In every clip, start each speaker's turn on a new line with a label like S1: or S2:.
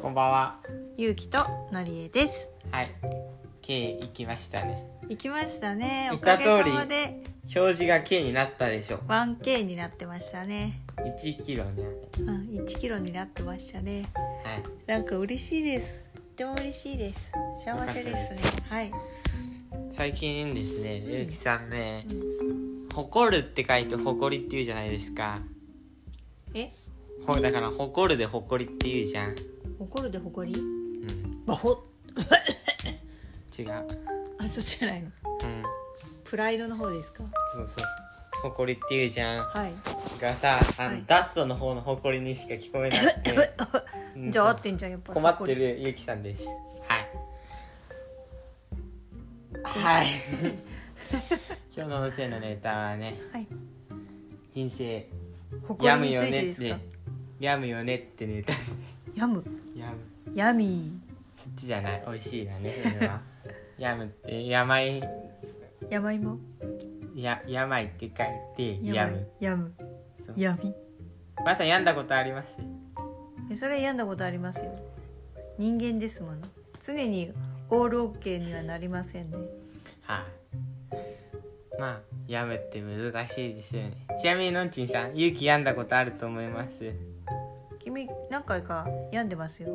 S1: こんばんは。
S2: ゆうきとのりえです
S1: はい。K 行きましたね。
S2: 行きましたね
S1: 行
S2: お
S1: った
S2: か
S1: 通
S2: げ
S1: り
S2: さまで
S1: 表示が K になったでしょ。
S2: 1K になってましたね
S1: 1キロね。
S2: うん1キロになってましたね
S1: はい。
S2: なんか嬉しいですとっても嬉しいです幸せですね
S1: よ
S2: はい、
S1: 最近ですね、ゆうきさんね、
S2: うん
S1: 誇るって書いて誇りって言うじゃないですか。
S2: え
S1: ほだから誇るで誇りって言うじゃん。
S2: 怒るで誇り
S1: うん。
S2: まほ
S1: 違う。
S2: あそっちじゃないの
S1: うん。
S2: プライドの方ですか
S1: そうそう。誇りって言うじゃん。
S2: はい
S1: がさ、あの、
S2: はい
S1: ダストの方の誇りにしか聞こえな くて。うん
S2: じゃあ合ってんじゃんやっぱり
S1: 困ってるゆうきさんですはいはい 今日の音声のネタはね
S2: はい
S1: 人生
S2: 誇
S1: 病
S2: り
S1: む
S2: につ
S1: よ
S2: いて
S1: ね
S2: で
S1: っ
S2: すか
S1: て病むよねってネタ
S2: 病む
S1: 病む
S2: 闇
S1: そっちじゃない美味しいだねそれは 病むって病い
S2: 山芋
S1: や病って書いて病む
S2: 病む
S1: そう
S2: 闇
S1: まさん病んだことあります
S2: えそれ病んだことありますよ人間ですもの常にオールオッケーにはなりませんね
S1: はいまあ病むって難しいですよねちなみにのんちんさん勇気病んだことあると思いますい
S2: 君何回か病んでますよ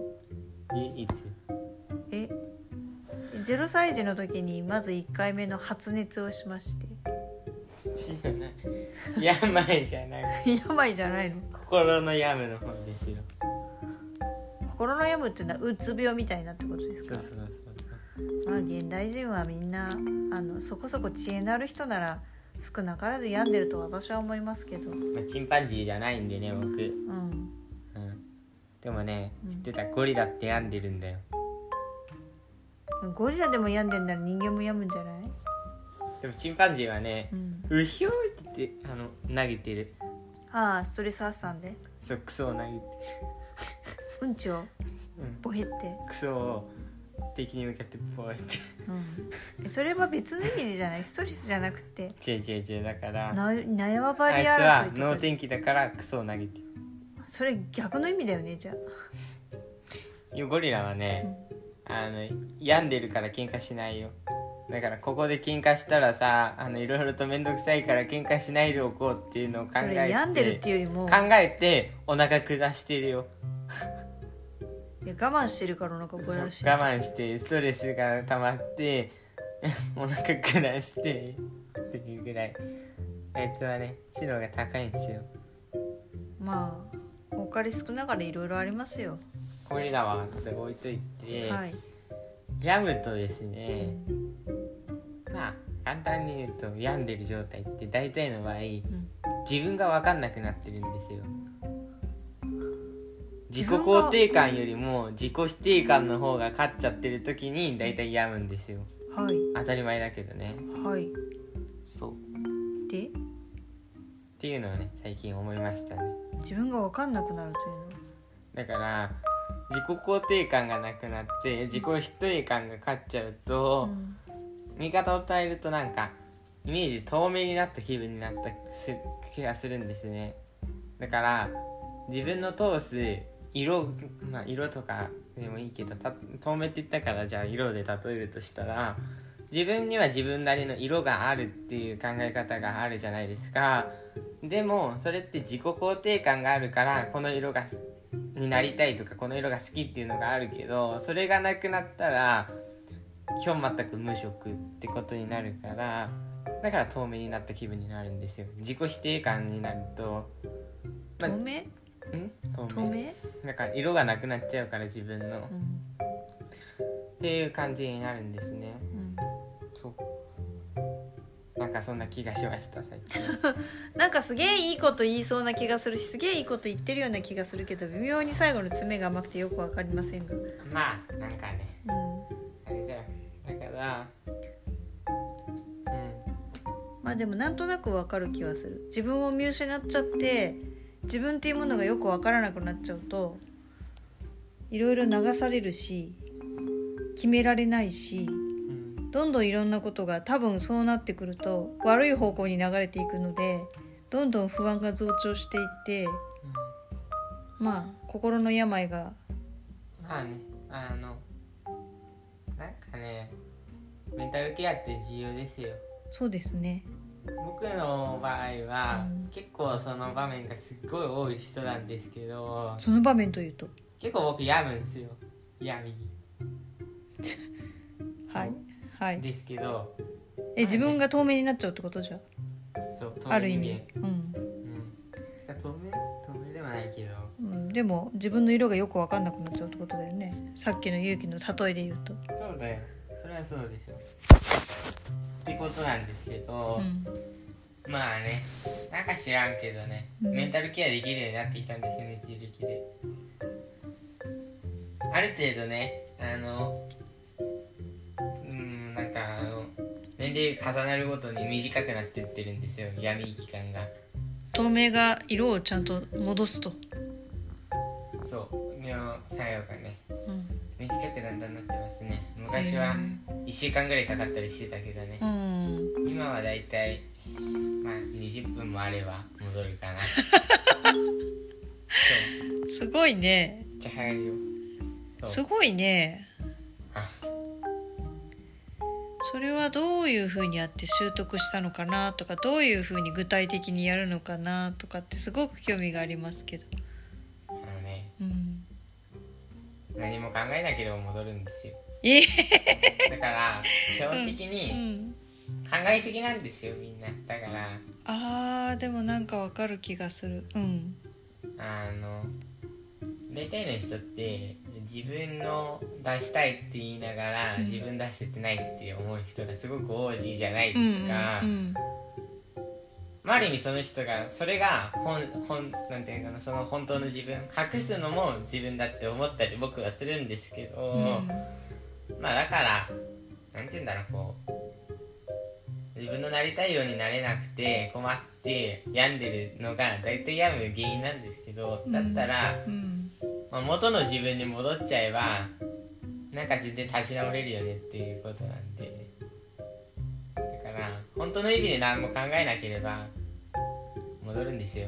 S1: いつ
S2: え0歳児の時にまず1回目の発熱をしまして
S1: 土じゃない 病じゃない
S2: 病じゃないの
S1: 心の病の方ですよ
S2: 心の病むっていうのはうつ病みたいなってことです
S1: そうそ
S2: か
S1: うそう
S2: まあ現代人はみんなあのそこそこ知恵のある人なら少なからず病んでると私は思いますけど
S1: そう、まあ、チンパンジーじゃないんでね僕、うん、
S2: うん
S1: でもね
S2: うん
S1: 知ってたゴリラって病んでるんだよ
S2: ゴリラでも病んでんなら人間も病むんじゃない、
S1: でもチンパンジーはね
S2: うん、
S1: うひょいってあの投げてる
S2: ああストレス発散で
S1: そうクソを投げてる、
S2: うんちを
S1: うん、
S2: ボヘって、
S1: クソを敵に向かってポイ って
S2: うん、それは別の意味でじゃないストレスじゃなくて
S1: 違う違う違うだから
S2: な縄
S1: あ
S2: 張
S1: い
S2: り
S1: つは
S2: 争いと
S1: 脳
S2: か
S1: 天気だからクソを投げて
S2: それ逆の意味だよねじゃ
S1: るよゴリラはね、
S2: あ、
S1: あの病んでるから喧嘩しないよだからここで喧嘩したらさあのいろいろと面倒くさいから喧嘩しないでおこうっていうのを考
S2: そ
S1: えて
S2: れ病んでるっていうよりも
S1: 考えてお腹下してるよ
S2: いや我慢してるからなんかぼ
S1: 我
S2: やして
S1: 慢してストレスが溜まって お腹下してっていうぐらいあいつはね知能が高いんですよ
S2: まあお金少ながらいろいろありますよ、
S1: ゴリラはこれ置いといて、
S2: はい
S1: 病むとですねまあ簡単に言うと病んでる状態って大体の場合
S2: うん
S1: 自分が分かんなくなってるんですよ自己肯定感よりも自己否定感の方が勝っちゃってる時に大体病むんですよ
S2: はい
S1: 当たり前だけどね
S2: はい
S1: そうっ
S2: で
S1: ていうのをね最近思いましたね
S2: 自分が分かんなくなると
S1: だから自己肯定感がなくなって自己否定感が勝っちゃう
S2: いうの、
S1: と
S2: う、ん
S1: 味方を変えるとなんかイメージ透明になった気分になったす気がするんですねだから自分の通す色、まあ、色とかでもいいけどた透明って言ったからじゃあ色で例えるとしたら自分には自分なりの色があるっていう考え方があるじゃないですかでもそれって自己肯定感があるからこの色がになりたいとかこの色が好きっていうのがあるけどそれがなくなったら今日全く無色ってことになるからだから透明になった気分になるんですよ自己否定感になると、まあ
S2: 透明
S1: ん透明
S2: 透明、
S1: だから色がなくなっちゃうから自分の、
S2: う
S1: っ
S2: ん
S1: ていう感じになるんですね
S2: うん、
S1: そうなんかそんな気がしました最近
S2: なんかすげえいいこと言いそうな気がするしすげえいいこと言ってるような気がするけど微妙に最後の詰めが甘くてよくわかりませんが、うん、
S1: まあなんかねあれだよだからうん
S2: まあでもなんとなくわかる気はする自分を見失っちゃって自分っていうものがよくわからなくなっちゃうといろいろ流されるし決められないし
S1: うん
S2: どんどんいろんなことが多分そうなってくると悪い方向に流れていくのでどんどん不安が増長していってまあ心の病が
S1: まあねあのなんかねメンタルケアって重要ですよ
S2: そうですね
S1: 僕の場合は、
S2: うん
S1: 結構その場面がすっごい多い人なんですけど
S2: その場面というと
S1: 結構僕病むんですよ病
S2: はいはい
S1: ですけど
S2: え自分が透明になっちゃうってことじゃ
S1: そう透
S2: ある意
S1: 人
S2: 味、うん
S1: 間うん、透明透明でもないけど
S2: うん、でも自分の色がよく分かんなくなっちゃうってことだよねさっきの勇気の例えで言うと、
S1: そうだよそれはそうでしょってことなんですけど、
S2: う
S1: まあねなんか知らんけどね、
S2: うん
S1: メンタルケアできるようになってきたんですよね自力である程度ねあのうんなんかあの年齢重なるごとに短くなってってるんですよ闇期間が
S2: 透明が色をちゃんと戻すと、
S1: そうの作用がね
S2: うん
S1: 短くだんだんなってますね昔は1週間ぐらいかかったりしてたけどね
S2: うん、
S1: 今はだいたいまあ20分もあれば戻るかなそう
S2: すごいね
S1: めっちゃ早いよ
S2: すごいねそれはどういうふうにやって習得したのかなとかどういうふうに具体的にやるのかなとかってすごく興味がありますけど、
S1: あのね
S2: うん、
S1: 何も考えなければ戻るんですよ
S2: え
S1: だから基本的
S2: う
S1: に
S2: ん、
S1: 考えすぎなんですよみんなだから
S2: あーでもなんかわかる気がするうん
S1: あの大体の人って自分の出したいって言いながら自分出せてないって思う人がすごく多いじゃないですか、
S2: うん
S1: まあある意味その人がそれが本本なんていうのかなその本当の自分隠すのも自分だって思ったり僕はするんですけど、
S2: うんうんうん
S1: まあだからなんて言うんだろうこう自分のなりたいようになれなくて困って病んでるのが大体病む原因なんですけどだったら、
S2: うん
S1: まあ、元の自分に戻っちゃえばなんか全然立ち直れるよねっていうことなんでだから本当の意味で何も考えなければ戻るんですよ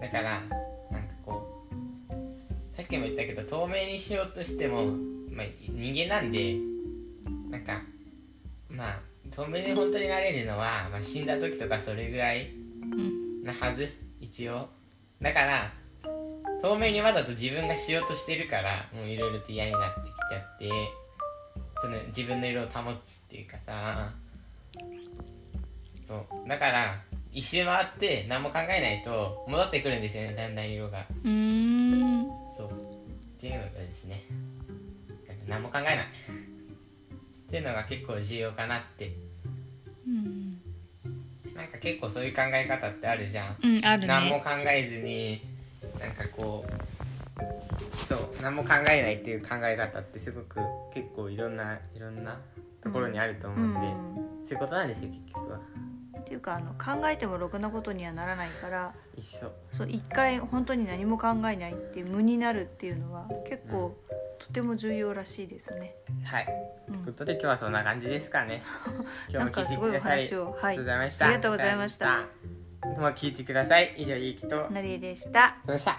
S1: だからなんかこうさっきも言ったけど透明にしようとしても、まあ、人間なんでなんかまあ透明に本当になれるのは、まあ、死んだ時とかそれぐらい
S2: うん
S1: なはず一応だから透明にわざと自分がしようとしてるからもういろいろと嫌になってきちゃってその自分の色を保つっていうかさそうだから一周回って何も考えないと戻ってくるんですよねだんだん色が
S2: うーん
S1: そうっていうのがですねなんか何も考えないっていうのが結構重要かなって
S2: うん
S1: なんか結構そういう考え方ってあるじゃん
S2: うんある
S1: 何も
S2: ね
S1: 考えずになんかこうそう何も考えないっていう考え方ってすごく結構いろんないろんなところにあると思うんで、そういうことなんですよ結局は
S2: っていうかあの考えてもろくなことにはならないから
S1: 一緒
S2: そう一回本当に何も考えないって無になるっていうのは結構、とても重要らしいですね。
S1: はい、と
S2: う
S1: いうんことで今日はそんな感じですか ね今日も聞いてく
S2: なんかすごいお
S1: ださい
S2: 話をは
S1: ありが
S2: い
S1: とうございました
S2: ありがとうございました
S1: まあ聞いてください以上ゆうきと
S2: なりえでした。
S1: どうした